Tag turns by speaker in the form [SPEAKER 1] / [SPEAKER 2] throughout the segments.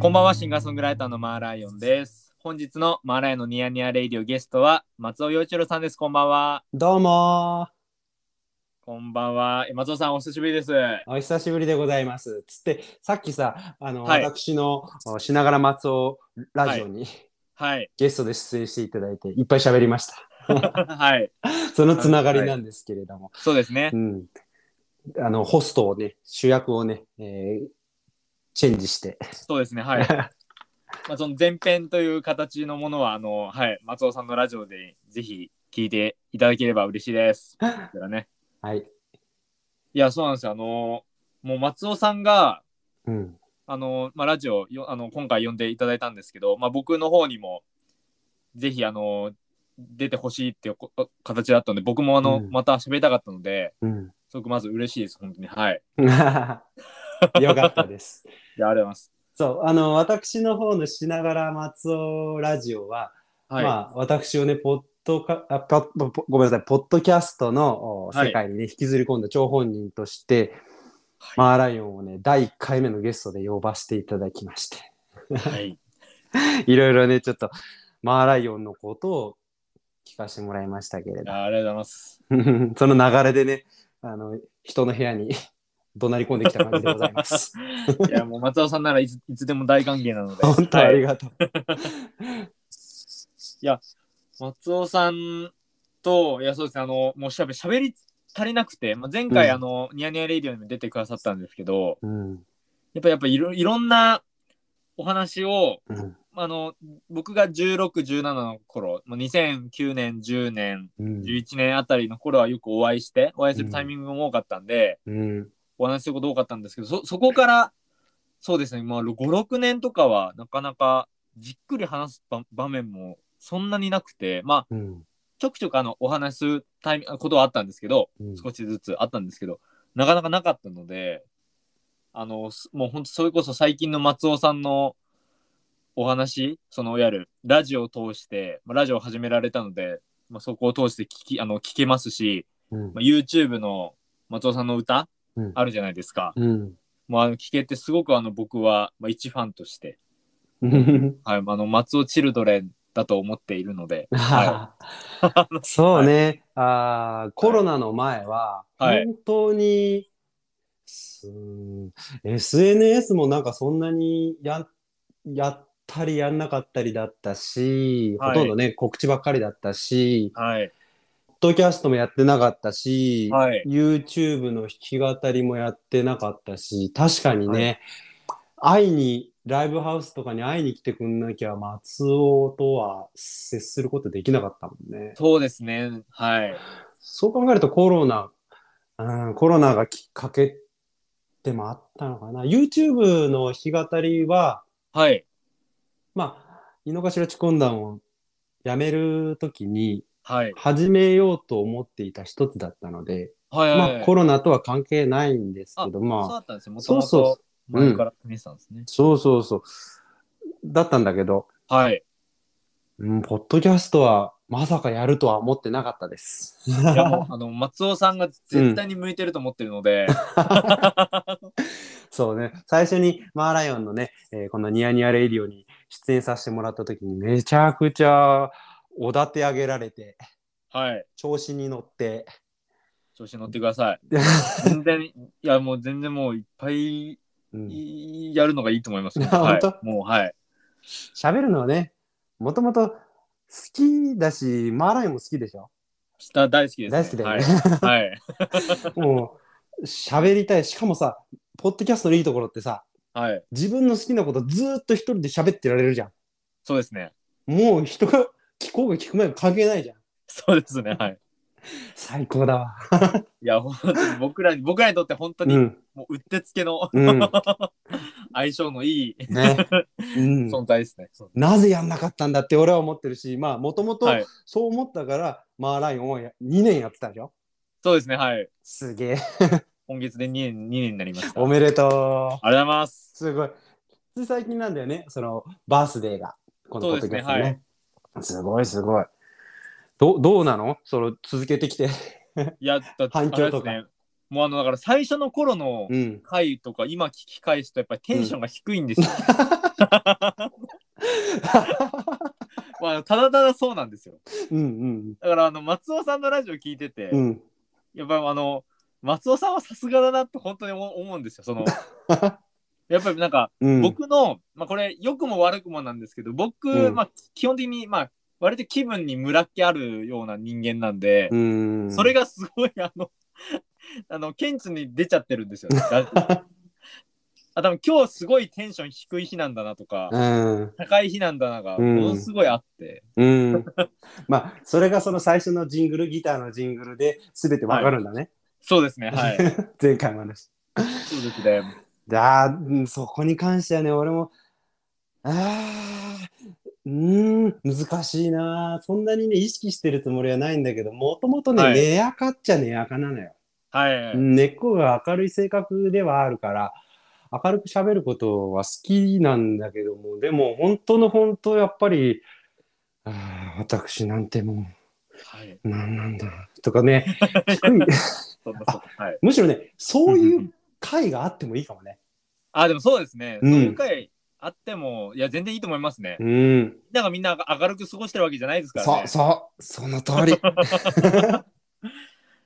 [SPEAKER 1] こんばんは、シンガーソングライターのマーライオンです。本日のマーライオンのニヤニヤレイディオゲストは松尾陽一郎さんです。こんばんは。
[SPEAKER 2] どうも
[SPEAKER 1] こんばんは。え松尾さん、お久しぶりです。
[SPEAKER 2] ーお久しぶりでございます。つって、さっきさ、あの、
[SPEAKER 1] はい
[SPEAKER 2] 私のおしながら松尾ラジオに、
[SPEAKER 1] はい。
[SPEAKER 2] ゲストで出演していただいて、いっぱい喋りました。
[SPEAKER 1] はい。
[SPEAKER 2] そのつながりなんですけれども、
[SPEAKER 1] そうですね
[SPEAKER 2] う。ん。あの、ホストをね、主役をね、えーチェンジして、
[SPEAKER 1] そうですね。はい。まあ、その前編という形のものは、あの、はい、松尾さんのラジオでぜひ聞いていただければ嬉しいです。だからね。
[SPEAKER 2] はい。
[SPEAKER 1] いや、そうなんですよ。あの、もう松尾さんが、
[SPEAKER 2] うん。
[SPEAKER 1] あの、まあ、ラジオよあの今回呼んでいただいたんですけど、まあ、僕の方にもぜひあの出てほしいっていうこ形だったので僕もあの、
[SPEAKER 2] うん
[SPEAKER 1] また喋りたかったので
[SPEAKER 2] うん。
[SPEAKER 1] すごくまず嬉しいです本当にはい
[SPEAKER 2] よかったです。
[SPEAKER 1] じゃあありがとうございます
[SPEAKER 2] そう、あの、私の方のしながら松尾ラジオは、
[SPEAKER 1] はい、
[SPEAKER 2] まあ、私をね、ポッドかあポッポごめんなさい、ポッドキャストのお
[SPEAKER 1] はい
[SPEAKER 2] 世界にね、引きずり込んだ張本人として、
[SPEAKER 1] はい
[SPEAKER 2] マーライオンをね、第1回目のゲストで呼ばせていただきまして、
[SPEAKER 1] はい、
[SPEAKER 2] いろいろね、ちょっとマーライオンのことを聞かせてもらいましたけれ
[SPEAKER 1] いやありがとうございます
[SPEAKER 2] ど、 その流れでね、あの人の部屋に怒鳴り込んできた感じでござ います。
[SPEAKER 1] いやもう松尾さんならいついつでも大歓迎なので
[SPEAKER 2] 本当
[SPEAKER 1] は
[SPEAKER 2] あ
[SPEAKER 1] い
[SPEAKER 2] りがとう。
[SPEAKER 1] 松尾さんと、いや、そうですね、あの、もうしゃべしゃべり足りなくて、まあ、前回、
[SPEAKER 2] うん
[SPEAKER 1] あの、ニヤニヤレイディオにも出てくださったんですけど、
[SPEAKER 2] うん
[SPEAKER 1] やっぱやっぱいろいろんなお話を、
[SPEAKER 2] うん
[SPEAKER 1] あの、僕が16、17の頃、まあ2009年、10年、
[SPEAKER 2] うん
[SPEAKER 1] 11年あたりの頃はよくお会いして、お会いするタイミングも多かったんで、
[SPEAKER 2] うん
[SPEAKER 1] お話しすること多かったんですけど、そ、そこから、そうですね、まあ、5、6年とかは、なかなかじっくり話す場場面もそんなになくて、まあ、
[SPEAKER 2] うん
[SPEAKER 1] ちょくちょくあのお話しするタイミことはあったんですけど、
[SPEAKER 2] うん
[SPEAKER 1] 少しずつあったんですけど、なかなかなかったので、あの、すもう本当それこそ最近の松尾さんのお話、そのいわゆるラジオを通して、まあ、ラジオを始められたので、まあ、そこを通して聞き、あの、聞けますし、
[SPEAKER 2] うん
[SPEAKER 1] まあ、YouTube の松尾さんの歌、
[SPEAKER 2] うん
[SPEAKER 1] あるじゃないですか。
[SPEAKER 2] うん
[SPEAKER 1] もうあの、聞けてすごくあの、僕は、まあ、一ファンとして、はい、あの、松尾チルドレンだと思っているので、は
[SPEAKER 2] ああ そうね、ああコロナの前は
[SPEAKER 1] はい
[SPEAKER 2] 本当に、すーん SNS もなんかそんなにややったりやんなかったりだったし、
[SPEAKER 1] はい
[SPEAKER 2] ほとんどね告知ばっかりだったし
[SPEAKER 1] はい、
[SPEAKER 2] ポッドキャストもやってなかったし、
[SPEAKER 1] はい、
[SPEAKER 2] YouTube の弾き語りもやってなかったし確かにね、会いにライブハウスとかに会いに来てくんなきゃ松尾とは接することできなかったもんね。
[SPEAKER 1] そうですね、はい。
[SPEAKER 2] そう考えるとコロナ、うん、コロナがきっかけでもあったのかな。YouTube の弾き語りは、
[SPEAKER 1] はい。
[SPEAKER 2] まあ、井の頭地懇談をやめるときに
[SPEAKER 1] はい。
[SPEAKER 2] 始めようと思っていた一つだったので、
[SPEAKER 1] はいはいはい。
[SPEAKER 2] まあコロナとは関係ないんですけど、
[SPEAKER 1] そうだ
[SPEAKER 2] まあ、
[SPEAKER 1] ったんですよ。もと
[SPEAKER 2] そう
[SPEAKER 1] も
[SPEAKER 2] そ
[SPEAKER 1] と
[SPEAKER 2] う、
[SPEAKER 1] 前から見てたんですね。
[SPEAKER 2] そうそうそう。だったんだけど、
[SPEAKER 1] はい。
[SPEAKER 2] うん、ポッドキャストはまさかやるとは思ってなかったです。
[SPEAKER 1] いやもう、あの、松尾さんが絶対に向いてると思ってるので、
[SPEAKER 2] そうね、最初にマーライオンのね、えーこのニヤニヤレイディオに出演させてもらった時にめちゃくちゃおだて上げられて、
[SPEAKER 1] はい。
[SPEAKER 2] 調子に乗って、
[SPEAKER 1] 調子に乗ってください。全然、いや、もう全然もういっぱい
[SPEAKER 2] うん
[SPEAKER 1] やるのがいいと思いますよ。
[SPEAKER 2] あ
[SPEAKER 1] はい
[SPEAKER 2] 本。当
[SPEAKER 1] もう、はい。
[SPEAKER 2] 喋、るのはね、もともと好きだし、マーライオンも好きでしょ
[SPEAKER 1] 下大好きです、ね。
[SPEAKER 2] 大好きだよね。
[SPEAKER 1] はい。はい。
[SPEAKER 2] もう喋りたい。しかもさ、ポッドキャストのいいところってさ、
[SPEAKER 1] はい。
[SPEAKER 2] 自分の好きなことずーっと一人で喋ってられるじゃん。
[SPEAKER 1] そうですね。
[SPEAKER 2] もう人が聞こうが聞く前が関係ないじゃん。
[SPEAKER 1] そうですね。はい。
[SPEAKER 2] 最高だわ。
[SPEAKER 1] いや、本当に僕らに、僕らにとって本当に、
[SPEAKER 2] ん。
[SPEAKER 1] もう、うってつけの
[SPEAKER 2] うん。
[SPEAKER 1] 相性のいい
[SPEAKER 2] ね。 うん。
[SPEAKER 1] 存在ですね。
[SPEAKER 2] なぜやんなかったんだって俺は思ってるし、まあもともと
[SPEAKER 1] はい。
[SPEAKER 2] そう思ったから、マーライオンをや2年やってたでしょ
[SPEAKER 1] そうですね。はい。
[SPEAKER 2] すげえ。
[SPEAKER 1] 今月で2年 ,2 年になりました。
[SPEAKER 2] おめでと
[SPEAKER 1] あ
[SPEAKER 2] う。
[SPEAKER 1] りがとうございます。
[SPEAKER 2] すごい。つい最近なんだよね、そのバースデーが。このポッドキャスト
[SPEAKER 1] そうです
[SPEAKER 2] ね。すごいすごい。どどうなのその続けて きて。
[SPEAKER 1] いや、だって
[SPEAKER 2] 反響とか
[SPEAKER 1] あれですね、もうあの、だから最初の頃の
[SPEAKER 2] うん。
[SPEAKER 1] 回とか、今聞き返すと、やっぱりテンションが低いんですよ。まあ、ただただそうなんですよ。
[SPEAKER 2] うん
[SPEAKER 1] だから、あの、松尾さんのラジオ聞いてて、
[SPEAKER 2] うんうん。
[SPEAKER 1] やっぱあの、松尾さんはさすがだなって本当に思思うんですよ。 その、やっぱりなんか、
[SPEAKER 2] うん、
[SPEAKER 1] 僕の、まあこれ、良くも悪くもなんですけど、僕、
[SPEAKER 2] うん
[SPEAKER 1] まあ基本的に、まあ、割と気分にムラっ気あるような人間なんで、
[SPEAKER 2] うん、
[SPEAKER 1] それがすごい、あの、 あの、顕著に出ちゃってるんですよね。 だあ、多分今日すごいテンション低い日なんだなとか、
[SPEAKER 2] うん、
[SPEAKER 1] 高い日なんだなが、
[SPEAKER 2] う
[SPEAKER 1] も
[SPEAKER 2] ん
[SPEAKER 1] のすごいあって、
[SPEAKER 2] うん、 まあそれがその最初のジングルギターのジングルで全てわかるんだね、
[SPEAKER 1] そうですね、はい。
[SPEAKER 2] 前回の話
[SPEAKER 1] そうですね。
[SPEAKER 2] だうんそこに関してはね俺もあーうーん難しいなそんなにね意識してるつもりはないんだけどもともとね、
[SPEAKER 1] はい
[SPEAKER 2] 根やかっちゃ根やかなのよ、
[SPEAKER 1] はい。
[SPEAKER 2] 根っこが明るい性格ではあるから明るく喋ることは好きなんだけどもでも本当の本当やっぱりあー私なんても
[SPEAKER 1] はい。
[SPEAKER 2] うなんなんだとかね 低い
[SPEAKER 1] そんなこと。はい。
[SPEAKER 2] むしろねそうい
[SPEAKER 1] んう
[SPEAKER 2] う回があってもいいかもね。
[SPEAKER 1] あ、でもそうですね。
[SPEAKER 2] うん
[SPEAKER 1] そういう回あっても、いや、全然いいと思いますね。みん
[SPEAKER 2] うん
[SPEAKER 1] ながみんな明るく過ごしてるわけじゃないですからね。
[SPEAKER 2] そうそうその 通り。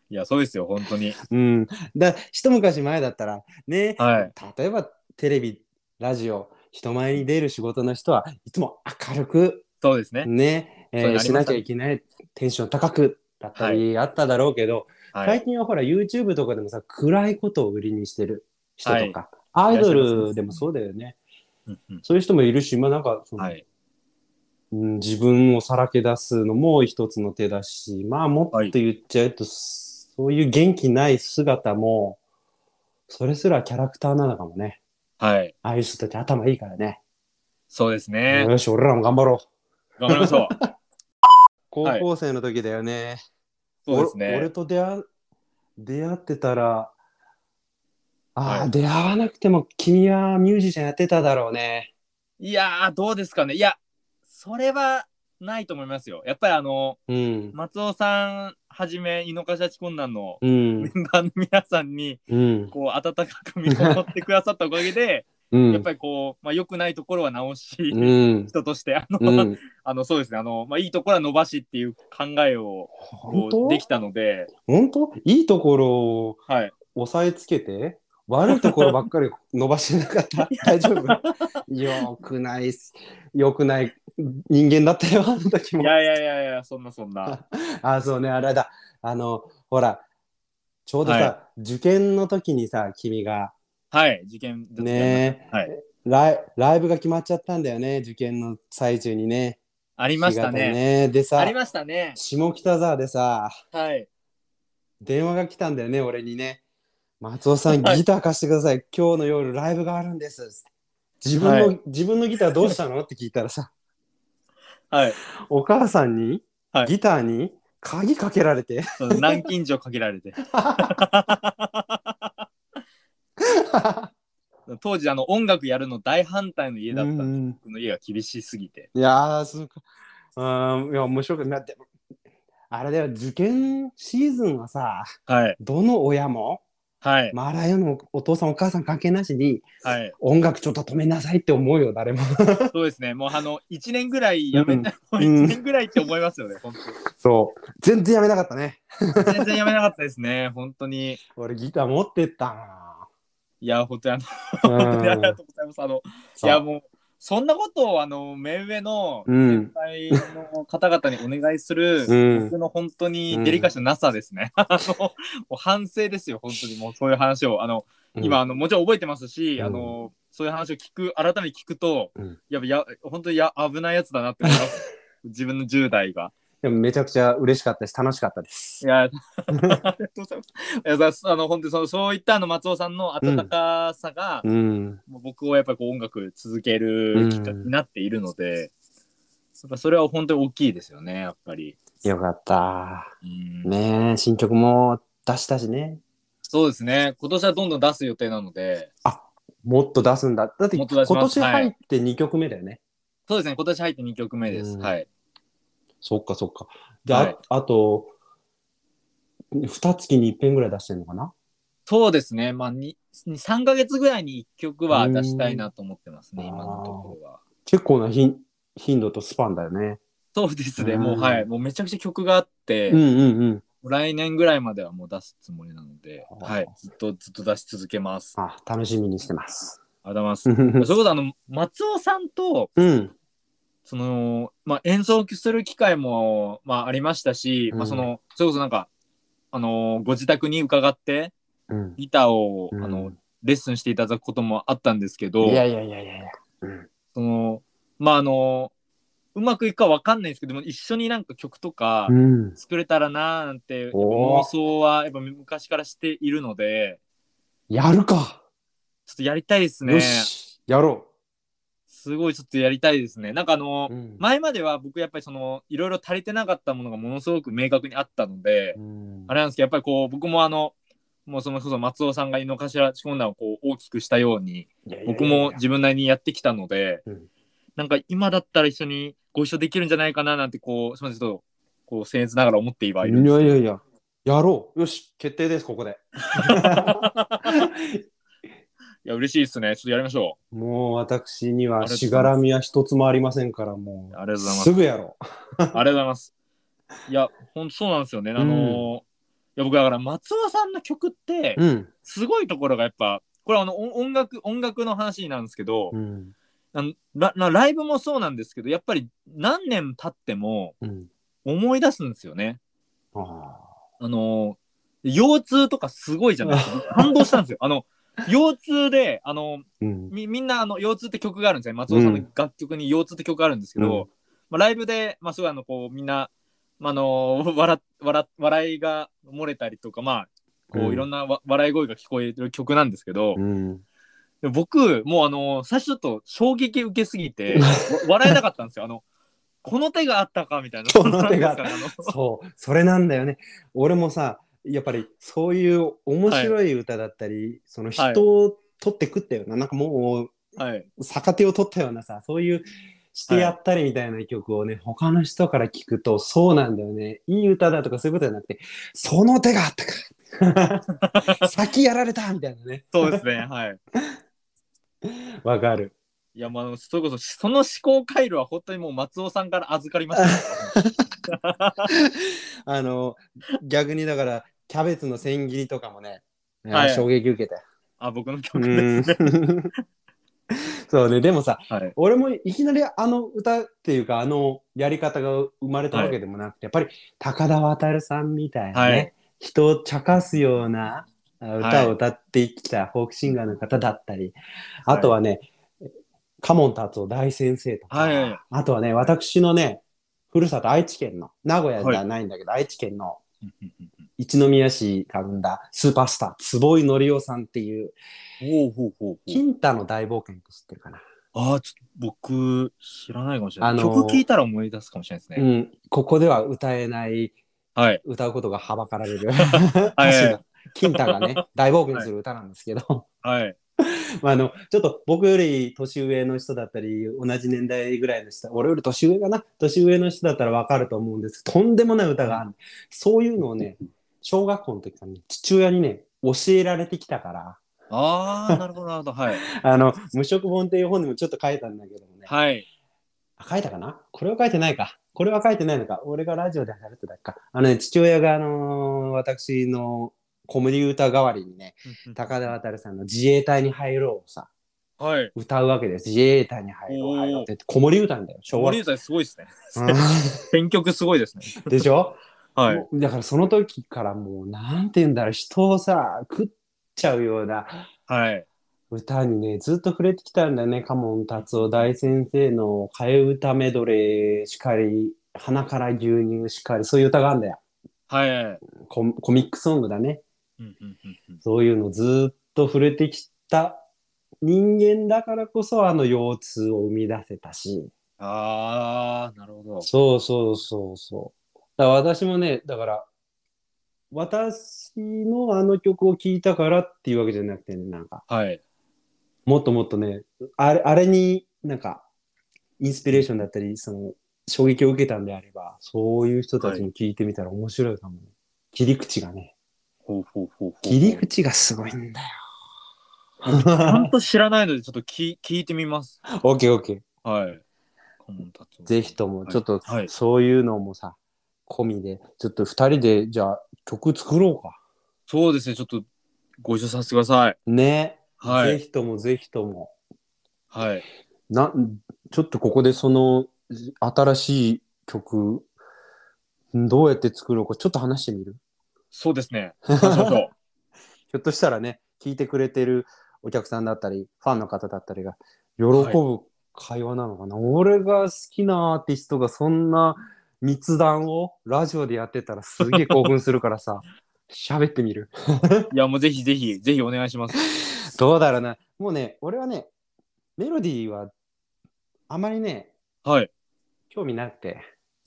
[SPEAKER 1] いや、そうですよ、本当に。
[SPEAKER 2] うん、だ一昔前だったらね、
[SPEAKER 1] はい。
[SPEAKER 2] 例えばテレビラジオ人前に出る仕事の人はいつも明るく
[SPEAKER 1] そうですね。
[SPEAKER 2] ね、え
[SPEAKER 1] そうな
[SPEAKER 2] ー
[SPEAKER 1] りまし
[SPEAKER 2] したなきゃいけないテンション高くだったりあっただろうけど、
[SPEAKER 1] はい。
[SPEAKER 2] 最近はほら YouTube とかでもさ暗いことを売りにしてる人とか、
[SPEAKER 1] い
[SPEAKER 2] アイドルでもそうだよね
[SPEAKER 1] うんうん
[SPEAKER 2] そういう人もいるしまあなんかその、
[SPEAKER 1] はい。
[SPEAKER 2] うん、自分をさらけ出すのも一つの手だしまあもっと言っちゃうと、そういう元気ない姿もそれすらキャラクターなのかもね
[SPEAKER 1] はい。
[SPEAKER 2] ああいう人たち頭いいからね、
[SPEAKER 1] そうですね。
[SPEAKER 2] よし俺らも頑張ろう
[SPEAKER 1] 頑張りまし ょう。
[SPEAKER 2] 高校生の時だよね、
[SPEAKER 1] そうですね。
[SPEAKER 2] 俺俺と出会出会ってたらああ、
[SPEAKER 1] はい
[SPEAKER 2] 出会わなくても君はミュージシャンやってただろうね
[SPEAKER 1] いやー、どうですかね。いや、それはないと思いますよ。やっぱりあの、
[SPEAKER 2] うん
[SPEAKER 1] 松尾さんはじめ、井の頭地困難の
[SPEAKER 2] うん
[SPEAKER 1] メンバーの皆さんに、
[SPEAKER 2] うん
[SPEAKER 1] こう、温かく見守ってくださったおかげで、
[SPEAKER 2] うん
[SPEAKER 1] やっぱりこう、まあ、良くないところは直し、
[SPEAKER 2] うん
[SPEAKER 1] 人として、あの、
[SPEAKER 2] うん、
[SPEAKER 1] あの、そうですね。あの、まあ、いいところは伸ばしっていう考えを、
[SPEAKER 2] 本
[SPEAKER 1] こ
[SPEAKER 2] 当
[SPEAKER 1] う、できたので、
[SPEAKER 2] 本当いいところを
[SPEAKER 1] はい。
[SPEAKER 2] 押さえつけて悪いところばっかり伸ばしてなかった 大丈夫よくないっすよくない人間だったよあの時
[SPEAKER 1] い
[SPEAKER 2] も
[SPEAKER 1] やいやいやいや、そんなそんな。
[SPEAKER 2] あそうねあれだあのほらちょうどさ、
[SPEAKER 1] は
[SPEAKER 2] 受験の時にさ君が
[SPEAKER 1] はい、受験だと思います
[SPEAKER 2] ね
[SPEAKER 1] はい。
[SPEAKER 2] ライライブが決まっちゃったんだよね受験の最中にね
[SPEAKER 1] あ
[SPEAKER 2] あ
[SPEAKER 1] りましたね。
[SPEAKER 2] で
[SPEAKER 1] あ
[SPEAKER 2] さ
[SPEAKER 1] りましたね。
[SPEAKER 2] 下北沢でさ
[SPEAKER 1] はい。
[SPEAKER 2] 電話が来たんだよね俺にね松尾さん
[SPEAKER 1] はい
[SPEAKER 2] ギター貸してください、今日の夜ライブがあるんです自分の、
[SPEAKER 1] は
[SPEAKER 2] 自分のギターどうしたのって聞いたらさ
[SPEAKER 1] はい。
[SPEAKER 2] お母さんに、
[SPEAKER 1] はい
[SPEAKER 2] ギターに鍵かけられて
[SPEAKER 1] その南京錠かけられ て。当時、あの、音楽やるの大反対の家だったん
[SPEAKER 2] う
[SPEAKER 1] です。
[SPEAKER 2] ん
[SPEAKER 1] 僕の家が厳しすぎて。
[SPEAKER 2] いやーそうかあーいや面白くなってあれだよ受験シーズンはさ
[SPEAKER 1] はい。
[SPEAKER 2] どの親も
[SPEAKER 1] はい。
[SPEAKER 2] マーライオンのお父さんお母さん関係なしに
[SPEAKER 1] はい。
[SPEAKER 2] 音楽ちょっと止めなさいって思うよ誰も
[SPEAKER 1] そうですね。もう、あの、1年 ぐらいやめた、
[SPEAKER 2] ん
[SPEAKER 1] もう
[SPEAKER 2] うん
[SPEAKER 1] 1年ぐらいって思います よね、本
[SPEAKER 2] そう全然やめなかったね
[SPEAKER 1] 当全然やめなかったですね、本当に。
[SPEAKER 2] 俺ギター持ってった
[SPEAKER 1] いや、本当にあの、
[SPEAKER 2] な
[SPEAKER 1] 本当にあり
[SPEAKER 2] う
[SPEAKER 1] が
[SPEAKER 2] ん
[SPEAKER 1] とうございます。あの、い
[SPEAKER 2] そう
[SPEAKER 1] や、もう、そんなことを、あの、目上の
[SPEAKER 2] う
[SPEAKER 1] 先
[SPEAKER 2] ん
[SPEAKER 1] 輩の方々にお願いする、
[SPEAKER 2] うん
[SPEAKER 1] 僕の本当にデリカシーのなさですね。 あのもう反省ですよ、本当にもうそういう話を。あの今、あのもちろん覚えてますし、
[SPEAKER 2] うん
[SPEAKER 1] あのそういう話を聞く改めて聞くと、
[SPEAKER 2] うん
[SPEAKER 1] やっぱや本当にや危ないやつだなって思い ます。自分の10代が。
[SPEAKER 2] でもめちゃくちゃ嬉しかったし楽しかったです
[SPEAKER 1] いや、ありがとうございます いやさ。あの本当にそのそういったあの松尾さんの温かさが、
[SPEAKER 2] うん
[SPEAKER 1] もう僕をやっぱりこう音楽続けるきっかけになっているので、やっぱそれは本当に大きいですよね、やっぱり。
[SPEAKER 2] よかった
[SPEAKER 1] うん
[SPEAKER 2] ねえ新曲も出したしね
[SPEAKER 1] そうですね。今年はどんどん出す予定なので、
[SPEAKER 2] もっと出すんだだって
[SPEAKER 1] も
[SPEAKER 2] 今
[SPEAKER 1] っと出します
[SPEAKER 2] 年入って2曲目だよね、
[SPEAKER 1] そうですね。今年入って2曲目です。
[SPEAKER 2] うん
[SPEAKER 1] はい。
[SPEAKER 2] そっかそっか。で、
[SPEAKER 1] はい
[SPEAKER 2] ああと、二月に一遍ぐらい出してるのかな
[SPEAKER 1] そうですね。まあ、に3ヶ月ぐらいに1曲は出したいなと思ってますね、
[SPEAKER 2] うん
[SPEAKER 1] 今のところは。
[SPEAKER 2] 結構な頻頻度とスパンだよね。
[SPEAKER 1] そうですね、
[SPEAKER 2] うん
[SPEAKER 1] もうはい、もうめちゃくちゃ曲があって、
[SPEAKER 2] うんうんうん。
[SPEAKER 1] 来年ぐらいまではもう出すつもりなので、
[SPEAKER 2] あー
[SPEAKER 1] はい、ずっとずっと出し続けます。
[SPEAKER 2] あ、楽しみにしてます。
[SPEAKER 1] ありがとうござ
[SPEAKER 2] う
[SPEAKER 1] いま
[SPEAKER 2] ん
[SPEAKER 1] す。。それこそあの、松尾さんと、
[SPEAKER 2] うん
[SPEAKER 1] その、まあ、演奏する機会も、まあ、ありましたし、
[SPEAKER 2] うん
[SPEAKER 1] まあ、その、それこそなんか、あのーご自宅に伺って、
[SPEAKER 2] うん。
[SPEAKER 1] ギターを、
[SPEAKER 2] うん
[SPEAKER 1] あの、レッスンしていただくこともあったんですけど、
[SPEAKER 2] いやいやいやいやいや。うん
[SPEAKER 1] その、まあ、あのーうまくいくかわかんないですけども、一緒になんか曲とか、
[SPEAKER 2] うん。
[SPEAKER 1] 作れたらなーなんて、やっぱ
[SPEAKER 2] おー
[SPEAKER 1] 妄想はやっぱ昔からしているので、
[SPEAKER 2] やるか。
[SPEAKER 1] ちょっとやりたいですね
[SPEAKER 2] よ。し。やろ
[SPEAKER 1] すごいちょっとやりたいですね。なんかあの
[SPEAKER 2] う。、うん
[SPEAKER 1] 前までは僕やっぱりその、いろいろ足りてなかったものがものすごく明確にあったので
[SPEAKER 2] う、ん
[SPEAKER 1] あれなんですけど、やっぱりこう、僕もあの、もうそのこそ松尾さんが井の頭仕込んだをこう大きくしたように、
[SPEAKER 2] いやいやいや
[SPEAKER 1] 僕も自分なりにやってきたので
[SPEAKER 2] うん、
[SPEAKER 1] なんか今だったら一緒にご一緒できるんじゃないかななんてこう、すみません、ちょっと、こう、僭越ながら思ってはいるん
[SPEAKER 2] い
[SPEAKER 1] です
[SPEAKER 2] や
[SPEAKER 1] け
[SPEAKER 2] い
[SPEAKER 1] ど
[SPEAKER 2] やいや。やろう。よし。決定です、ここで。
[SPEAKER 1] いや、嬉しいですね。ちょっとやりましょう。
[SPEAKER 2] もう私に
[SPEAKER 1] あり
[SPEAKER 2] は
[SPEAKER 1] がとうございます
[SPEAKER 2] しがらみは一つもありませんから、もう。
[SPEAKER 1] ありがとうございます
[SPEAKER 2] すぐやろ
[SPEAKER 1] ありがとうございます。いや、ほんとそうなんですよね。あのーいや僕だから松尾さんの曲って
[SPEAKER 2] う。うん。
[SPEAKER 1] すごいところがやっぱこれはあの音音楽音楽の話になるんですけど、
[SPEAKER 2] うん。
[SPEAKER 1] あのラなライブもそうなんですけどやっぱり何年経っても
[SPEAKER 2] うん。
[SPEAKER 1] 思い出すんですよね。
[SPEAKER 2] あ
[SPEAKER 1] あのー腰痛とかすごいじゃないですか。感動したんですよ。あの腰痛であの
[SPEAKER 2] ーうん。
[SPEAKER 1] みみんなあの腰痛って曲があるんですよね松尾さんの楽曲に腰痛って曲があるんですけど、
[SPEAKER 2] うん
[SPEAKER 1] まあ、ライブで、まあ、すごいあのこうみんな、まあ、あの 笑笑笑いが漏れたりとか、まあ、こ
[SPEAKER 2] うん
[SPEAKER 1] ういろんなわ笑い声が聞こえる曲なんですけど、
[SPEAKER 2] うん。
[SPEAKER 1] でも僕もうあの最初ちょっと衝撃受けすぎてわ笑えなかったんですよ。あのこの手があったかみたいな。
[SPEAKER 2] この手 があった
[SPEAKER 1] なんですかね
[SPEAKER 2] そう、それなんだよね。俺もさ、やっぱりそういう面白い歌だったり、その
[SPEAKER 1] はい
[SPEAKER 2] 人を取ってくったような、なんかも
[SPEAKER 1] あのはいう
[SPEAKER 2] 逆手を取ったようなさ、そういうしてやったりみたいな曲をね、他の人から聞くと、そうなんだよね。いい歌だとかそういうことじゃなくて、その手があったか。先やられたみたいなね。
[SPEAKER 1] そうですね。はい。
[SPEAKER 2] わかる。
[SPEAKER 1] いや、まああの、それこそ、その思考回路は本当にもう松尾さんから預かりま したね、
[SPEAKER 2] あの、逆にだから、キャベツの千切りとかもね、
[SPEAKER 1] はい
[SPEAKER 2] 衝撃受けたよ。
[SPEAKER 1] あ、僕の曲
[SPEAKER 2] う
[SPEAKER 1] で
[SPEAKER 2] ん
[SPEAKER 1] すね。
[SPEAKER 2] そうね、でもさ、
[SPEAKER 1] はい。
[SPEAKER 2] 俺もいきなりあの歌っていうかあのやり方が生まれたわけでもなくて、やっぱり高田渉さんみたいなね、
[SPEAKER 1] はい
[SPEAKER 2] 人を茶化すようなあ歌を歌ってきたフォークシンガーの方だったり、あとはね、カモン達夫大先生とか、
[SPEAKER 1] はい。
[SPEAKER 2] あとはね私のねふるさと愛知県の名古屋じ
[SPEAKER 1] は
[SPEAKER 2] ゃ
[SPEAKER 1] い
[SPEAKER 2] ないんだけど、愛知県の一宮市が生んだスーパースター坪井紀夫さんっていう
[SPEAKER 1] ほうほうほう
[SPEAKER 2] 「金太の大冒険」って知ってるかな
[SPEAKER 1] ああ、ちょっと僕、知らないかもしれない。
[SPEAKER 2] あのー
[SPEAKER 1] 曲聴いたら思い出すかもしれないです
[SPEAKER 2] う
[SPEAKER 1] ね。
[SPEAKER 2] ん、ここでは歌えない
[SPEAKER 1] はい。
[SPEAKER 2] 歌うことがはばかられ る
[SPEAKER 1] はい
[SPEAKER 2] 歌詞が金太がね 大冒険する歌なんですけど、
[SPEAKER 1] はい。
[SPEAKER 2] まあ、あのちょっと僕より年上の人だったり同じ年代ぐらいの人俺より年上かな年上の人だったらわかると思うんですとんでもない歌があるそういうのをね小学校の時からね父親にね教えられてきたから
[SPEAKER 1] ああ、なるほど、なるほど。はい。
[SPEAKER 2] あの「無色本」っていう本でもちょっと書いたんだけどもね、
[SPEAKER 1] はい。
[SPEAKER 2] あ書いたかなこれは書いてないか。これは書いてないのか。俺がラジオで話してたか。あのね、父親が、あのー私のコメディ歌代わりにね、高田渉さんの自衛隊に入ろうをさ、
[SPEAKER 1] はい。
[SPEAKER 2] 歌うわけです。自衛隊に入ろ
[SPEAKER 1] お
[SPEAKER 2] う、
[SPEAKER 1] ー
[SPEAKER 2] 入ろうって。子守歌なんだよ、昭和
[SPEAKER 1] 森。内さん、すごいですね。
[SPEAKER 2] う
[SPEAKER 1] 選曲すごいですね。
[SPEAKER 2] んでしょ、
[SPEAKER 1] はい。
[SPEAKER 2] もうだからその時からもう、なんて言うんだろう、人をさ、食っちゃうような
[SPEAKER 1] はい。
[SPEAKER 2] 歌にね、ずっと触れてきたんだよね。カモン達夫大先生の替え歌メドレーしかり、鼻から牛乳しかり、そういう歌があるんだよ。
[SPEAKER 1] はい。はい
[SPEAKER 2] ココミックソングだね。
[SPEAKER 1] うんうんうんうん
[SPEAKER 2] そういうのずっと触れてきた人間だからこそあの腰痛を生み出せたし。
[SPEAKER 1] ああ、なるほど。
[SPEAKER 2] そうそうそうそう。だから私もね、だから、私のあの曲を聴いたからっていうわけじゃなくてね、なんか、
[SPEAKER 1] はい。
[SPEAKER 2] もっともっとね、あれあれになんか、インスピレーションだったり、その、衝撃を受けたんであれば、そういう人たちに聞いてみたら面白いかもね、切り口がね。
[SPEAKER 1] ほうほうほうほう
[SPEAKER 2] 切り口がすごいんだよ。
[SPEAKER 1] ち ゃんと知らないので、ちょっと聞聞いてみます。
[SPEAKER 2] オッケーオッケー。
[SPEAKER 1] はい。コモンタツオ
[SPEAKER 2] ぜひとも、ちょっと、
[SPEAKER 1] はい。
[SPEAKER 2] そういうのもさ、込みで、ちょっと二人で、じゃあ曲作ろうか。
[SPEAKER 1] そうですね、ちょっとご一緒させてください。
[SPEAKER 2] ね。
[SPEAKER 1] は
[SPEAKER 2] ぜ
[SPEAKER 1] い。
[SPEAKER 2] ひともぜひとも。
[SPEAKER 1] はい。
[SPEAKER 2] な、ちょっとここでその、新しい曲、どうやって作ろうか、ちょっと話してみる
[SPEAKER 1] そうですね。話しましょう。
[SPEAKER 2] ひょっとしたらね、聞いてくれてるお客さんだったり、ファンの方だったりが、喜ぶ会話なのかな、俺が好きなアーティストがそんな密談をラジオでやってたらすげえ興奮するから さ、喋ってみる。
[SPEAKER 1] いや、もうぜひぜひ、ぜひお願いします。
[SPEAKER 2] どうだろうな。もうね、俺はね、メロディーはあまりね、
[SPEAKER 1] はい。
[SPEAKER 2] 興味なくて、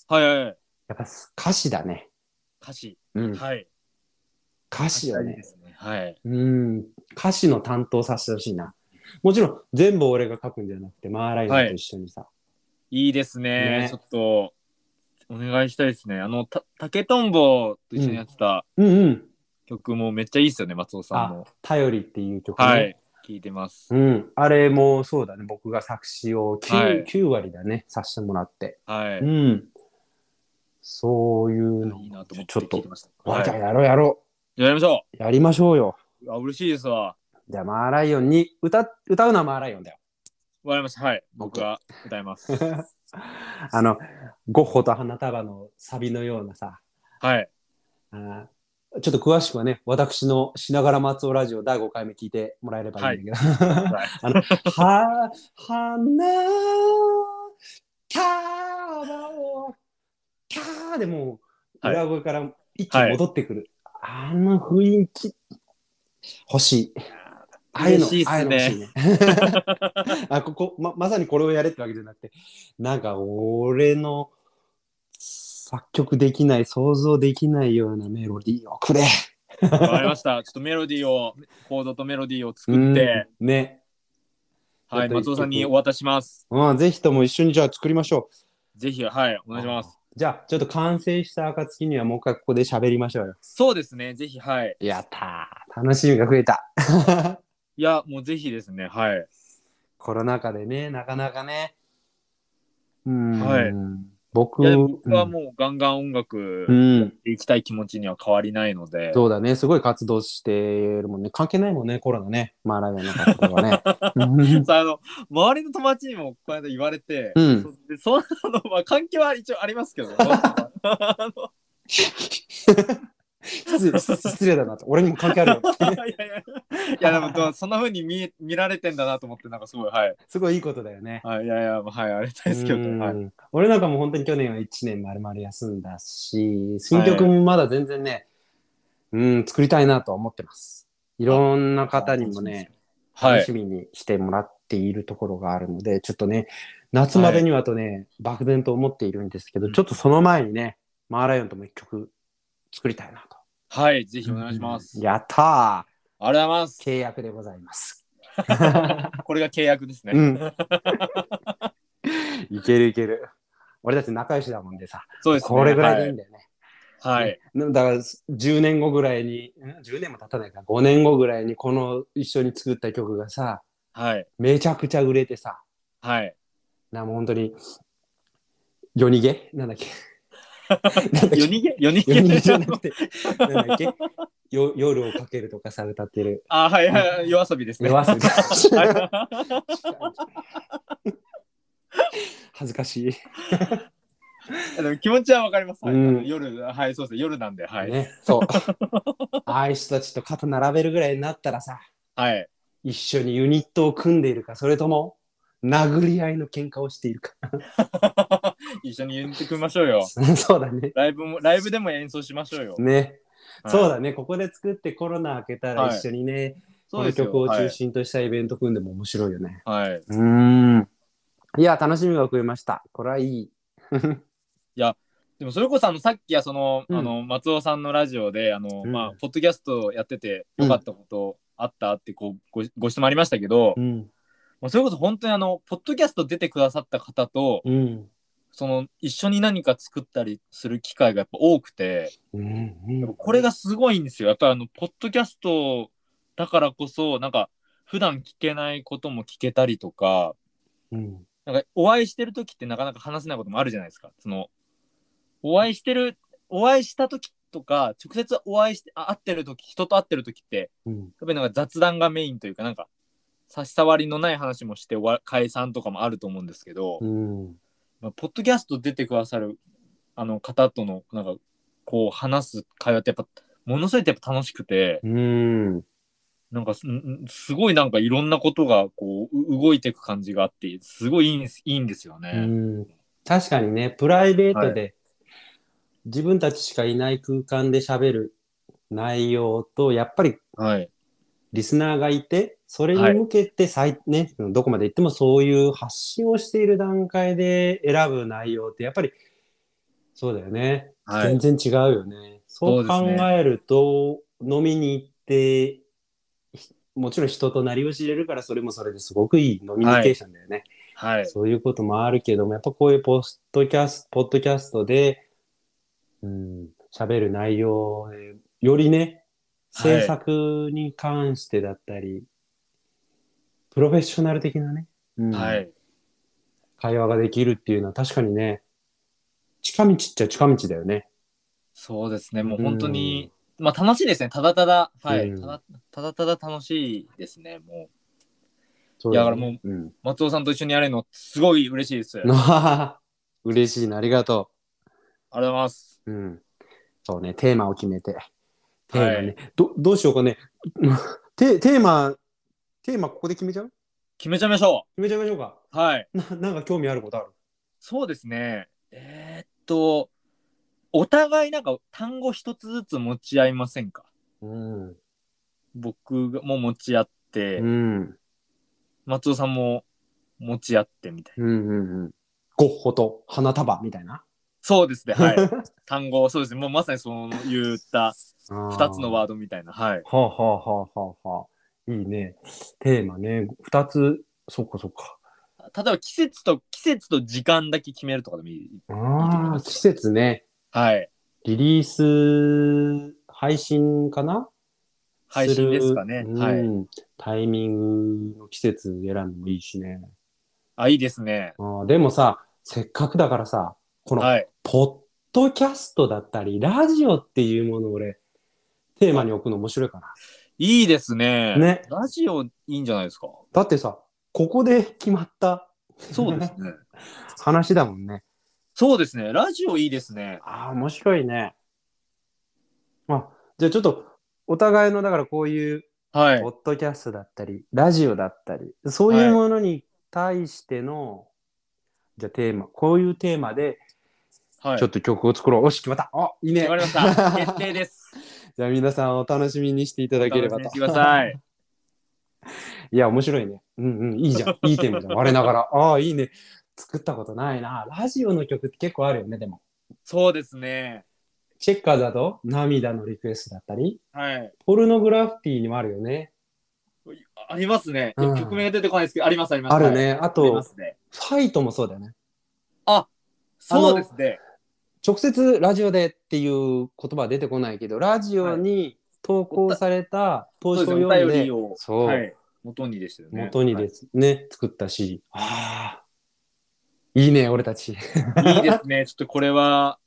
[SPEAKER 1] はいはいはい。
[SPEAKER 2] やっぱ歌詞だね。
[SPEAKER 1] 歌詞。
[SPEAKER 2] うん、
[SPEAKER 1] はい。
[SPEAKER 2] 歌詞よ
[SPEAKER 1] 大事
[SPEAKER 2] ね
[SPEAKER 1] で。すね。はい。
[SPEAKER 2] うん、歌詞の担当させてほしいな。もちろん全部俺が書くんじゃなくて、マーライオンと一緒にさ、
[SPEAKER 1] いいですね。
[SPEAKER 2] ね
[SPEAKER 1] ちょっと、お願いしたいですね。あの、た竹とんぼと一緒にやってた
[SPEAKER 2] うんうん。
[SPEAKER 1] 曲もめっちゃいいですよね、松尾さんも。
[SPEAKER 2] 頼りっていう曲、ね。
[SPEAKER 1] はい。聞いてます
[SPEAKER 2] う。ん。あれもそうだね。僕が作詞を 9,、
[SPEAKER 1] はい
[SPEAKER 2] 9割だね。させてもらって。
[SPEAKER 1] はい。
[SPEAKER 2] うん。そういうの
[SPEAKER 1] いいなと思って
[SPEAKER 2] ちょっと
[SPEAKER 1] 聞いてました。
[SPEAKER 2] わ
[SPEAKER 1] はい
[SPEAKER 2] じゃあやろうやろ
[SPEAKER 1] やりましょ
[SPEAKER 2] う。やりましょうよ。
[SPEAKER 1] う。あ、嬉しいですわ。
[SPEAKER 2] じゃあマーライオンに歌、歌うのはマーライオンだよ。
[SPEAKER 1] わかりました。はい。僕が歌います。
[SPEAKER 2] あの、ゴッホと花束のサビのようなさ。
[SPEAKER 1] はい。
[SPEAKER 2] あーちょっと詳しくはね、私のしながら松尾ラジオ第5回目聞いてもらえればいいんだけど。
[SPEAKER 1] はい
[SPEAKER 2] あの、は、花、たばを、たーでもう、
[SPEAKER 1] はい
[SPEAKER 2] 裏声から一気に戻ってくる。あの雰囲気、欲しい。ああいうの、
[SPEAKER 1] 嬉しいっすね
[SPEAKER 2] ああいうの欲しい ね。あ、ここま、まさにこれをやれってわけじゃなくて、なんか俺の作曲できない、想像できないようなメロディーをくれ。
[SPEAKER 1] わかりました。ちょっとメロディーを、コードとメロディーを作って、
[SPEAKER 2] うんね。
[SPEAKER 1] はい。
[SPEAKER 2] ちょっ
[SPEAKER 1] 松
[SPEAKER 2] と
[SPEAKER 1] 尾さんにお渡しします。
[SPEAKER 2] うん、ぜひとも一緒にじゃあ作りましょう。
[SPEAKER 1] ぜひ、はい。お願いします。
[SPEAKER 2] じゃあ、ちょっと完成した暁にはもう一回ここで喋りましょうよ。
[SPEAKER 1] そうですね。ぜひ、はい。
[SPEAKER 2] やったー。楽しみが増えた。
[SPEAKER 1] いや、もうぜひですね。はい。
[SPEAKER 2] コロナ禍でね、なかなかね。うーん。
[SPEAKER 1] はい
[SPEAKER 2] 僕
[SPEAKER 1] いや、でも僕は
[SPEAKER 2] う
[SPEAKER 1] もうガンガン音楽
[SPEAKER 2] ん、うん、
[SPEAKER 1] でいきたい気持ちには変わりないので、
[SPEAKER 2] そうだね。すごい活動してるもんね。関係ないもんね、コロナね。まあ、ライオンの活動は ね。うん
[SPEAKER 1] さあの周りの友達にもこの間言われて、
[SPEAKER 2] うん
[SPEAKER 1] そでそんなの、まあ、関係は一応ありますけ ど、あの
[SPEAKER 2] 失礼失礼だなと。俺にも関係あるよ。
[SPEAKER 1] いやいやいや、いやでもどうそんな風に見え見られてんだなと思って、なんかすごい、はい、
[SPEAKER 2] すごいいいことだよね。
[SPEAKER 1] はい、いやいや、まあはい、ありがたいですけど、
[SPEAKER 2] う
[SPEAKER 1] ね、
[SPEAKER 2] ん
[SPEAKER 1] はい、
[SPEAKER 2] 俺なんかもう本当に去年は1年まるまる休んだし、新曲もまだ全然ね、うん、作りたいなとは思ってます。いろんな方にもね、
[SPEAKER 1] はい
[SPEAKER 2] 楽しみにしてもらっているところがあるので、ちょっとね、夏までにはとね、漠然と思っているんですけど、
[SPEAKER 1] うん
[SPEAKER 2] ちょっとその前にね、マーライオンとも一曲作りたいなと。
[SPEAKER 1] はい、ぜひお願いします。
[SPEAKER 2] やった
[SPEAKER 1] ありがとうございます
[SPEAKER 2] ー。契約でございます。
[SPEAKER 1] これが契約ですね。
[SPEAKER 2] うん。 いけるいける。俺たち仲良しだもんでさ、
[SPEAKER 1] そうですね。
[SPEAKER 2] これぐらいでいいんだよね。
[SPEAKER 1] はい、はい、
[SPEAKER 2] ねだから10年後ぐらいに、ん10年も経たないか、5年後ぐらいにこの一緒に作った曲がさ、
[SPEAKER 1] はい、
[SPEAKER 2] めちゃくちゃ売れてさ、
[SPEAKER 1] はい。
[SPEAKER 2] なもう本当に、夜逃げなんだっ けなんだっけ
[SPEAKER 1] 夜逃げ夜
[SPEAKER 2] 夜逃げ
[SPEAKER 1] 逃
[SPEAKER 2] じゃ
[SPEAKER 1] げ
[SPEAKER 2] なくて、なんだっけよ夜をかけるとかさ、歌ってる。
[SPEAKER 1] あ、はい、はいはい、 夜遊びですね。
[SPEAKER 2] 夜遊 び
[SPEAKER 1] は
[SPEAKER 2] 恥ずかしい。
[SPEAKER 1] い でも気持ちはわかります。はい
[SPEAKER 2] うん
[SPEAKER 1] 夜、はい、そうですね。夜なんで、はい。
[SPEAKER 2] ね、そう。ああいう人たちと肩並べるぐらいになったらさ、
[SPEAKER 1] はい。
[SPEAKER 2] 一緒にユニットを組んでいるか、それとも殴り合いの喧嘩をしているか。
[SPEAKER 1] 一緒にユニット組みましょうよ。
[SPEAKER 2] そうだね。
[SPEAKER 1] ライブも、ライブでも演奏しましょうよ。
[SPEAKER 2] ね。
[SPEAKER 1] はい
[SPEAKER 2] そうだね。ここで作ってコロナ明けたら
[SPEAKER 1] はい
[SPEAKER 2] 一緒にね、
[SPEAKER 1] そう
[SPEAKER 2] この
[SPEAKER 1] ですよ
[SPEAKER 2] 曲を中心としたイベント組んでも面白いよね。
[SPEAKER 1] はい。はい。
[SPEAKER 2] うん。いや、楽しみが増えました。これはいい。
[SPEAKER 1] でもそれこそあのさっきはその、
[SPEAKER 2] うん
[SPEAKER 1] あの松尾さんのラジオであの、
[SPEAKER 2] うん
[SPEAKER 1] まあポッドキャストやっててよかったことあったってこうごご質問ありましたけど、
[SPEAKER 2] うん。
[SPEAKER 1] まあそれこそ本当にあのポッドキャスト出てくださった方と
[SPEAKER 2] うん。
[SPEAKER 1] その一緒に何か作ったりする機会がやっぱ多くて
[SPEAKER 2] うん
[SPEAKER 1] やっぱ
[SPEAKER 2] うん、
[SPEAKER 1] これがすごいんですよやっぱあのポッドキャストだからこそなんか普段聞けないことも聞けたりとか
[SPEAKER 2] うん
[SPEAKER 1] なんかお会いしてる時ってなかなか話せないこともあるじゃないですかそのお会いしてるお会いした時とか直接お会いしてあ会ってる時人と会ってる時って
[SPEAKER 2] うん
[SPEAKER 1] やっぱりなんか雑談がメインというか、なんか差し障りのない話もして終わ解散とかもあると思うんですけど、
[SPEAKER 2] うん
[SPEAKER 1] まあポッドキャスト出てくださるあの方との、なんかこう話す会話ってやっぱ、ものすごいやっぱ楽しくて、
[SPEAKER 2] うん
[SPEAKER 1] なんかすんすごいなんかいろんなことがこうう動いていく感じがあって、すごいいいんですいいんですよね。
[SPEAKER 2] うん確かにね、プライベートで自分たちしかいない空間で喋る内容と、やっぱり
[SPEAKER 1] はい。
[SPEAKER 2] リスナーがいて、それ
[SPEAKER 1] はい
[SPEAKER 2] に向けて最、ね、どこまで行ってもそういう発信をしている段階で選ぶ内容って、やっぱりそうだよね。
[SPEAKER 1] はい
[SPEAKER 2] 全然違うよね。そう
[SPEAKER 1] そ
[SPEAKER 2] 考
[SPEAKER 1] うですね
[SPEAKER 2] えると、飲みに行って、ひもちろん人となりを知れるから、それもそれですごくいい飲みニケーションだよね。
[SPEAKER 1] はい。
[SPEAKER 2] そういうこともあるけども、やっぱこういうポストキャスポッドキャストで、うん、喋る内容で、よりね、
[SPEAKER 1] はい
[SPEAKER 2] 制作に関してだったり、プロフェッショナル的なね、うん
[SPEAKER 1] はい。
[SPEAKER 2] 会話ができるっていうのは確かにね、近道っちゃ近道だよね。
[SPEAKER 1] そうですね。もう本当に、まあ楽しいですね。ただただ、はい。
[SPEAKER 2] うん
[SPEAKER 1] ただただただ楽しいですね。もう。
[SPEAKER 2] そう
[SPEAKER 1] いや
[SPEAKER 2] だ
[SPEAKER 1] だ
[SPEAKER 2] か
[SPEAKER 1] からら
[SPEAKER 2] も
[SPEAKER 1] も
[SPEAKER 2] う、うん。
[SPEAKER 1] 松尾さんと一緒にやれるのすごい嬉しいです。ありがとう
[SPEAKER 2] 嬉しいな、ありがと
[SPEAKER 1] ございます。
[SPEAKER 2] う。うん。そうね、テーマを決めて。テーマね。
[SPEAKER 1] は
[SPEAKER 2] どどうしようかね。 テテーマ、テーマここで決めちゃう
[SPEAKER 1] 決めちゃいましょ
[SPEAKER 2] 決めちゃいましょうか。
[SPEAKER 1] う。はい。
[SPEAKER 2] ななんか興味あることある
[SPEAKER 1] そうですね。えーっと、お互いなんか単語一つずつ持ち合いませんか
[SPEAKER 2] うん。
[SPEAKER 1] 僕も持ち合って、
[SPEAKER 2] うん。
[SPEAKER 1] 松尾さんも持ち合ってみたいな。
[SPEAKER 2] うんうんうん。ゴッホと花束みたいな。
[SPEAKER 1] そうですね。 はい。単語、そうですね。もうまさにその言った二
[SPEAKER 2] 二
[SPEAKER 1] つのワードみたいな。はい。
[SPEAKER 2] はあはあはあはあはあ。いいね。テーマね。二つ。そっかそっか。
[SPEAKER 1] 例えば季節と、季節と時間だけ決めるとかでもいい。
[SPEAKER 2] ああ、季節ね。
[SPEAKER 1] はい。
[SPEAKER 2] リリース、配信かな
[SPEAKER 1] 配信ですかね。
[SPEAKER 2] る
[SPEAKER 1] はい。
[SPEAKER 2] うんタイミングの季節選んでもいいしね。
[SPEAKER 1] あ、いいですね。
[SPEAKER 2] あーでもさ、せっかくだからさ、この
[SPEAKER 1] はい。
[SPEAKER 2] ポッドキャストだったり、ラジオっていうものを俺、テーマに置くの面白いかな。
[SPEAKER 1] いいですね。
[SPEAKER 2] ね
[SPEAKER 1] ラジオいいんじゃないですか。
[SPEAKER 2] だってさ、ここで決まった
[SPEAKER 1] そうですね。
[SPEAKER 2] 話だもんね。
[SPEAKER 1] そうですね。ラジオいいですね。
[SPEAKER 2] ああ、面白いね。あ、じゃあちょっと、お互いの、だからこういう、
[SPEAKER 1] はい
[SPEAKER 2] ポ。ッドキャストだったり、ラジオだったり、そういうものに対しての、じゃあテーマ、こういうテーマで、
[SPEAKER 1] はい。
[SPEAKER 2] ちょっと曲を作ろう。よし、決まった。あ、いいね
[SPEAKER 1] 決ま。りました。決定 です。
[SPEAKER 2] じゃあ皆さんお楽しみにしていただければ
[SPEAKER 1] お楽しみに
[SPEAKER 2] と。
[SPEAKER 1] してください。
[SPEAKER 2] いや、面白いね。うんうん、いいじゃ ん。いいテーマじゃん。我ながら。ああ、いいね。作ったことないな。ラジオの曲って結構あるよね、でも。
[SPEAKER 1] そうですね。
[SPEAKER 2] チェッカーズだと、涙のリクエストだったり、
[SPEAKER 1] はい。
[SPEAKER 2] ポルノグラフィティにもあるよね。
[SPEAKER 1] ありますね。いや
[SPEAKER 2] うん
[SPEAKER 1] 曲名が出てこないですけど、ありますあります。
[SPEAKER 2] ある
[SPEAKER 1] はい。
[SPEAKER 2] ね。あ
[SPEAKER 1] ありま
[SPEAKER 2] と、
[SPEAKER 1] すね。
[SPEAKER 2] ファイトもそうだよね。
[SPEAKER 1] そうですね。
[SPEAKER 2] 直接ラジオでっていう言葉は出てこないけど、ラジオに投稿された投
[SPEAKER 1] そう
[SPEAKER 2] 資
[SPEAKER 1] です
[SPEAKER 2] を
[SPEAKER 1] ね。
[SPEAKER 2] 読
[SPEAKER 1] お
[SPEAKER 2] ん
[SPEAKER 1] 便
[SPEAKER 2] で
[SPEAKER 1] り、を、
[SPEAKER 2] そう
[SPEAKER 1] はい。元にでしたよね。
[SPEAKER 2] 元にですね、作ったし。ああ、いいね、俺たち。
[SPEAKER 1] はい。いいですね。ちょっとこれは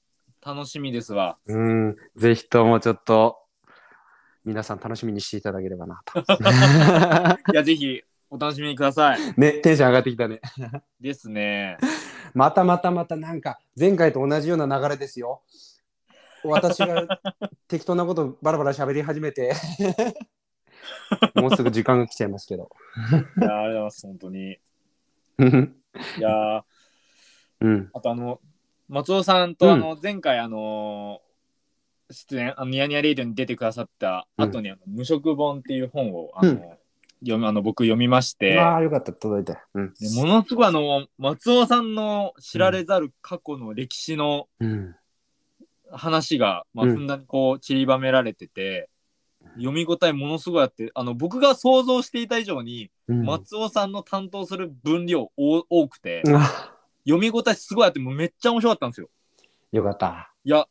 [SPEAKER 1] 楽しみですわ。
[SPEAKER 2] うん、ぜひともちょっと、皆さん楽しみにしていただければなと。
[SPEAKER 1] いや、ぜひお楽しみください。
[SPEAKER 2] ね、テンション上がってきたね。
[SPEAKER 1] ですね。
[SPEAKER 2] またまたまたなんか、前回と同じような流れですよ。私が適当なことバラバラ喋り始め て。もうすぐ時間が来ちゃいますけど。
[SPEAKER 1] いや、ありがとうございます。本当に。
[SPEAKER 2] うん。
[SPEAKER 1] いやー。あとあの、松尾さんと、
[SPEAKER 2] うん
[SPEAKER 1] あの、前回あのー出演、あの、ニヤニヤレイディオに出てくださった後に、あの無職本っていう本を、あの、
[SPEAKER 2] うん
[SPEAKER 1] 読み、あの、僕読みまして、
[SPEAKER 2] ああ、よかった、届いて。うん。
[SPEAKER 1] でものすごいあの、松尾さんの知られざる過去の歴史の
[SPEAKER 2] うん。
[SPEAKER 1] 話が、まあ、
[SPEAKER 2] うん
[SPEAKER 1] ふんだんにこう、散りばめられてて、読み応えものすごいあって、あの、僕が想像していた以上に、
[SPEAKER 2] うん
[SPEAKER 1] 松尾さんの担当する分量お多くて、
[SPEAKER 2] あ
[SPEAKER 1] 読み応えすごいあって、もうめっちゃ面白かったんですよ。
[SPEAKER 2] よかった。
[SPEAKER 1] いや、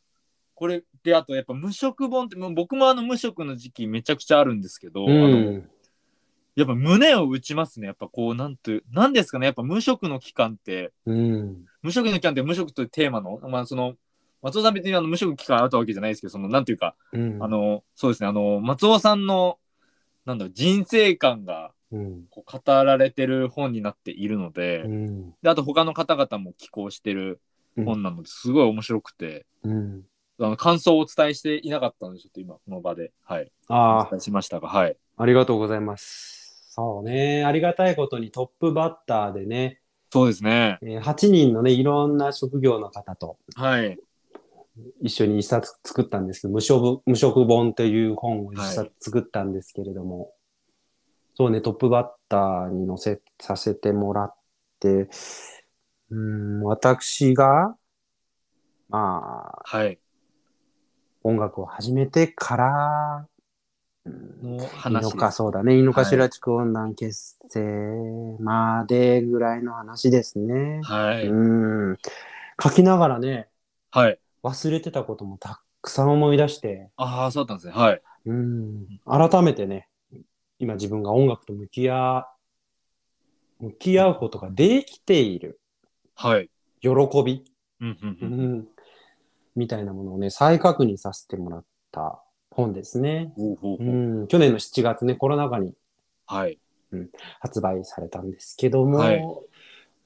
[SPEAKER 1] これで、あとやっぱ無職本って、もう僕もあの無職の時期めちゃくちゃあるんですけど、
[SPEAKER 2] う
[SPEAKER 1] あの
[SPEAKER 2] ん。
[SPEAKER 1] やっぱ胸を打ちますね。やっぱこう、なんという、なんですかね、やっぱ無職の期間って、
[SPEAKER 2] うん。
[SPEAKER 1] 無職の期間って無職というテーマの、まあその、松尾さん別にあの無職期間あったわけじゃないですけど、その、なんていうか、
[SPEAKER 2] うん。
[SPEAKER 1] あの、そうですね、あの、松尾さんの、なんだろう、人生観が
[SPEAKER 2] うん。
[SPEAKER 1] こう語られてる本になっているので、
[SPEAKER 2] うん。
[SPEAKER 1] であと他の方々も寄稿してる本なのですごい面白くて、
[SPEAKER 2] うん。
[SPEAKER 1] あの感想をお伝えしていなかったので、ちょっと今、この場で、はい、お
[SPEAKER 2] あ
[SPEAKER 1] 伝えしましたが、はい。
[SPEAKER 2] あ、ありがとうございます。そうね。ありがたいことにトップバッターでね、
[SPEAKER 1] そうですね。
[SPEAKER 2] えー8人のね、いろんな職業の方と
[SPEAKER 1] はい。
[SPEAKER 2] 一緒に一冊作ったんですけど、無職無職本という本を一冊作ったんですけれども、そうね、トップバッターに載せさせてもらって、うん、私が、まあ、
[SPEAKER 1] はい。
[SPEAKER 2] 音楽を始めてから、うん、
[SPEAKER 1] の
[SPEAKER 2] 井の
[SPEAKER 1] 話で
[SPEAKER 2] か、
[SPEAKER 1] す。
[SPEAKER 2] そうだね、井の頭地区音団結成までぐらいの話ですね。
[SPEAKER 1] はい。
[SPEAKER 2] うん、書きながらね、
[SPEAKER 1] はい。
[SPEAKER 2] 忘れてたこともたくさん思い出して、
[SPEAKER 1] ああ、そうだったんですね。はい。
[SPEAKER 2] うん、改めてね、今自分が音楽と向き合う、向き合うことができている
[SPEAKER 1] はい。
[SPEAKER 2] 喜び、
[SPEAKER 1] うん、うん、
[SPEAKER 2] う
[SPEAKER 1] うん。
[SPEAKER 2] ん、みたいなものをね、再確認させてもらった本ですね。
[SPEAKER 1] ほうほうほ
[SPEAKER 2] う
[SPEAKER 1] う。
[SPEAKER 2] ん、去年の7月ね、コロナ禍に
[SPEAKER 1] はい。
[SPEAKER 2] 発売されたんですけども、
[SPEAKER 1] はい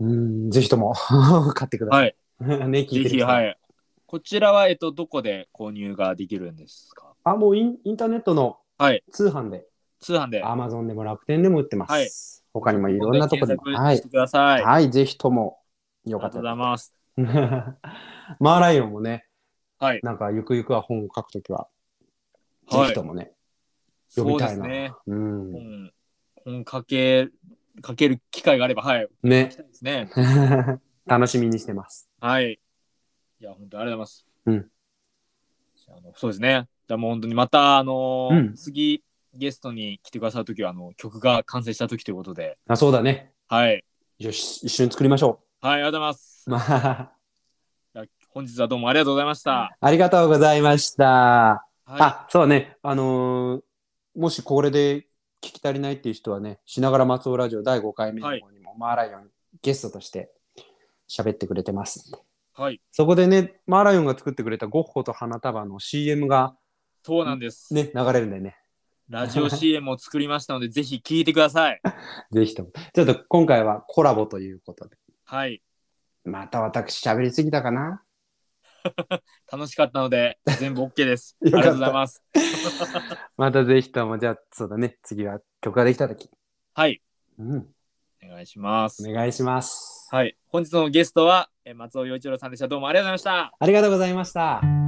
[SPEAKER 2] うん、ぜひとも 買ってください。
[SPEAKER 1] はい。
[SPEAKER 2] ね、聞いて
[SPEAKER 1] ぜ
[SPEAKER 2] る
[SPEAKER 1] ひ、
[SPEAKER 2] 人
[SPEAKER 1] はい。こちらは、えっと、どこで購入ができるんですか
[SPEAKER 2] あ、もうインインターネットの
[SPEAKER 1] はい
[SPEAKER 2] 通販で、
[SPEAKER 1] 通販で。
[SPEAKER 2] Amazon でも楽天でも売ってます。
[SPEAKER 1] はい
[SPEAKER 2] 他にもいろんなとこでも。
[SPEAKER 1] 検
[SPEAKER 2] は
[SPEAKER 1] 索
[SPEAKER 2] い
[SPEAKER 1] して。ください。あ
[SPEAKER 2] はい、ぜひとも、よ
[SPEAKER 1] り
[SPEAKER 2] か
[SPEAKER 1] が
[SPEAKER 2] った
[SPEAKER 1] とう
[SPEAKER 2] ら
[SPEAKER 1] ございます。
[SPEAKER 2] マーライオンもね、
[SPEAKER 1] はい。
[SPEAKER 2] なんかゆくゆくは本を書くときは、
[SPEAKER 1] はい
[SPEAKER 2] ぜひともね、
[SPEAKER 1] そ
[SPEAKER 2] 読み
[SPEAKER 1] う
[SPEAKER 2] た
[SPEAKER 1] で
[SPEAKER 2] い
[SPEAKER 1] す
[SPEAKER 2] な。
[SPEAKER 1] ね。
[SPEAKER 2] うん。
[SPEAKER 1] 本、本かけ、かける機会があれば、はい。行
[SPEAKER 2] ね
[SPEAKER 1] き。たいですね。
[SPEAKER 2] 楽しみにしてます。
[SPEAKER 1] はい。いや、本当にありがとうございます。
[SPEAKER 2] うん
[SPEAKER 1] じゃあ。あのそうですね。じゃあもう本当にまた、あのー
[SPEAKER 2] うん
[SPEAKER 1] 次、ゲストに来てくださるときは、あの、曲が完成したときということで、
[SPEAKER 2] あ、そうだね。
[SPEAKER 1] はい。
[SPEAKER 2] よし、一緒に作りましょ
[SPEAKER 1] はい、ありがとうございます。
[SPEAKER 2] う。 あ
[SPEAKER 1] じゃあ本日はどうもありがとうございました。
[SPEAKER 2] りがとうございました。
[SPEAKER 1] は
[SPEAKER 2] あ、そうね。あのーもしこれで聞き足りないっていう人はね、しながら松尾ラジオ第5回目の方にも、マーライオンゲストとして喋ってくれてます。
[SPEAKER 1] い。はい。
[SPEAKER 2] そこでね、マーライオンが作ってくれたゴッホと花束の CM が
[SPEAKER 1] そうなんです。
[SPEAKER 2] ね、流れるんでね、
[SPEAKER 1] ラジオ CM を作りましたので、ぜひ聞いてください。
[SPEAKER 2] ぜひとも。ちょっと今回はコラボということで。
[SPEAKER 1] はい。
[SPEAKER 2] また私喋りすぎたかな
[SPEAKER 1] 楽しかったので、全部 OK です。あ
[SPEAKER 2] よ
[SPEAKER 1] りがと
[SPEAKER 2] かった
[SPEAKER 1] うございます。
[SPEAKER 2] またぜひとも、じゃあそうだね、次は曲ができた時
[SPEAKER 1] はい。
[SPEAKER 2] うん、
[SPEAKER 1] お願いします。
[SPEAKER 2] お願いします。
[SPEAKER 1] はい。本日のゲストは、えー松尾陽一郎さんでした。どうもありがとうございました。
[SPEAKER 2] ありがとうございました。